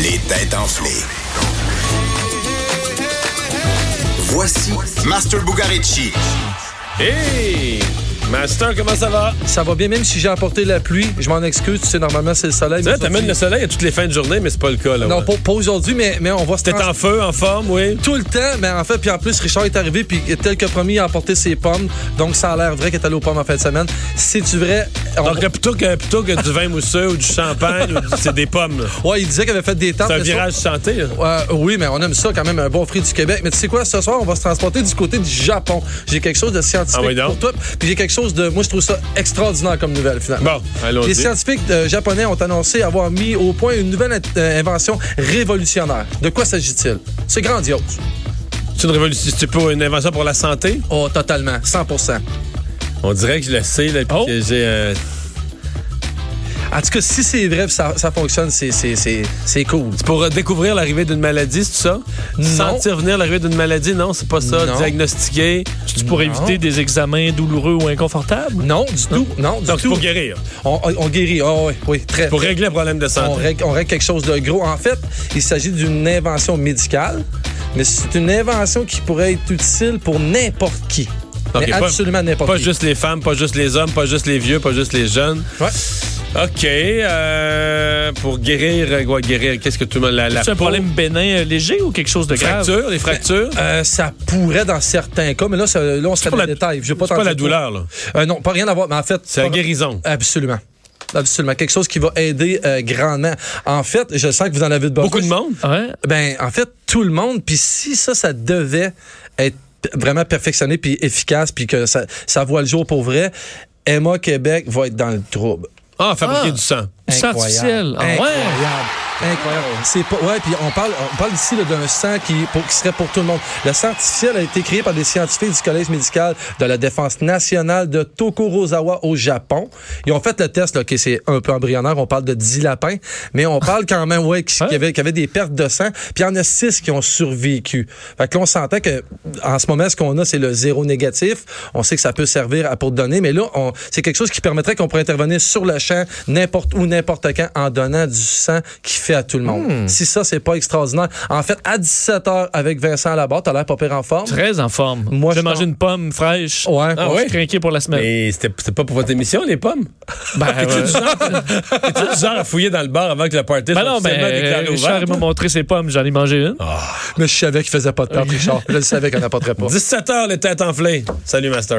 Les têtes enflées. Voici Master Bugaricci. Hey! Master, comment ça va? Ça va bien, même si j'ai apporté la pluie. Je m'en excuse, tu sais, normalement, c'est le soleil. Tu sais, mais t'amènes le aujourd'hui- soleil à toutes les fins de journée, mais c'est pas le cas, là. Non, ouais. pas, pas aujourd'hui, mais, mais on va se T'es trans- en feu, en forme, oui. tout le temps. Mais en fait, puis en plus, Richard est arrivé, puis tel que promis, il a apporté ses pommes. Donc, ça a l'air vrai qu'il est allé aux pommes en fin de semaine. C'est-tu vrai? On- Donc, là, plutôt que, plutôt que du vin mousseux ou du champagne, ou du- c'est des pommes. là. Ouais, il disait qu'il avait fait des temps. C'est un virage santé. là. Euh, oui, mais on aime ça quand même, un bon fruit du Québec. Mais tu sais quoi, ce soir, on va se transporter du côté du Japon. J'ai quelque chose de scientifique Ah oui, donc. pour toi. Puis j'ai quelque chose de. Moi, je trouve ça extraordinaire comme nouvelle, finalement. Bon, allons-y. Les scientifiques euh, japonais ont annoncé avoir mis au point une nouvelle euh, invention révolutionnaire. De quoi s'agit-il? C'est grandiose. C'est une révolution, c'est pas une invention pour la santé? Oh, totalement. 100 On dirait que je le sais, là, puis Oh. que j'ai... euh, En tout cas, si c'est vrai, ça, ça fonctionne, c'est- c'est c'est- c'est cool. C'est pour euh, découvrir l'arrivée d'une maladie, c'est ça? Non. Sentir venir l'arrivée d'une maladie, non, c'est pas ça. Non. Diagnostiquer. C'est pour éviter des examens douloureux ou inconfortables? Non, du tout. Non, du Donc, c'est tout. pour guérir. On, on guérit. Oh, oui, oui, très, Pour régler un problème de on santé. règle, on règle quelque chose de gros. En fait, il s'agit d'une invention médicale, mais c'est une invention qui pourrait être utile pour n'importe qui. Donc, Mais pas- absolument n'importe Pas qui. juste les femmes, pas juste les hommes, pas juste les vieux, pas juste les jeunes. Ouais. OK. euh, pour guérir, euh, quoi, guérir, qu'est-ce que tout le monde... La, la C'est un peau, problème bénin euh, léger ou quelque chose de les grave? Ben, fractures, les fractures. Euh, ça pourrait dans certains cas, mais là, ça- là on serait dans pas le la- détail. Je vais pas c'est t'en pas dire la douleur, trop. là. Euh, non, pas rien à voir, mais en fait. C'est la pas- guérison. Ah, Absolument. Absolument. Quelque chose qui va aider euh, grandement. En fait, je sens que vous en avez de Beaucoup de monde. Ouais. Ben, en fait, tout le monde. Puis si ça, ça devait être vraiment perfectionné puis efficace, puis que ça, ça voit le jour pour vrai, Emma Québec va être dans le trouble. Ah, fabriquer Ah. du sang. Du sang artificiel. Ah ouais? Incroyable. Incroyable. C'est pas, ouais, puis on parle, on parle ici là, d'un sang qui, pour, qui serait pour tout le monde. Le sang artificiel a été créé par des scientifiques du Collège médical de la Défense nationale de Tokorozawa au Japon. Ils ont fait le test, là, qui c'est un peu embryonnaire. On parle de 10 lapins, mais on parle quand même, ouais, qu'il y, avait, qu'il y avait des pertes de sang. Puis il y en a 6 qui ont survécu. Fait que là, on sentait que, en ce moment, ce qu'on a, c'est le zéro négatif. On sait que ça peut servir à pour donner, mais là, on- c'est quelque chose qui permettrait qu'on pourrait intervenir sur le champ, n'importe où, n'importe quand, en donnant du sang qui fait à tout le monde. Si ça, c'est pas extraordinaire. En fait, à 17h avec Vincent Labarre, t'as l'air pas pire en forme. Très en forme. Moi, je je vais manger pense- une pomme fraîche. Ouais. Ah, Ouais. Je suis craqué pour la semaine. Mais c'était c'était pas pour votre émission, les pommes? Ben, ouais. T'es-tu du genre à fouiller dans le bar avant que le party Ben soit non, ben, officiellement déclaré euh, ouvert? Charles m'a montré ses pommes, j'en ai mangé une. Mais je savais qu'il faisait pas de temps, Richard. Je le savais qu'on n'apporterait pas. 17h, les têtes enflées. Salut, Master.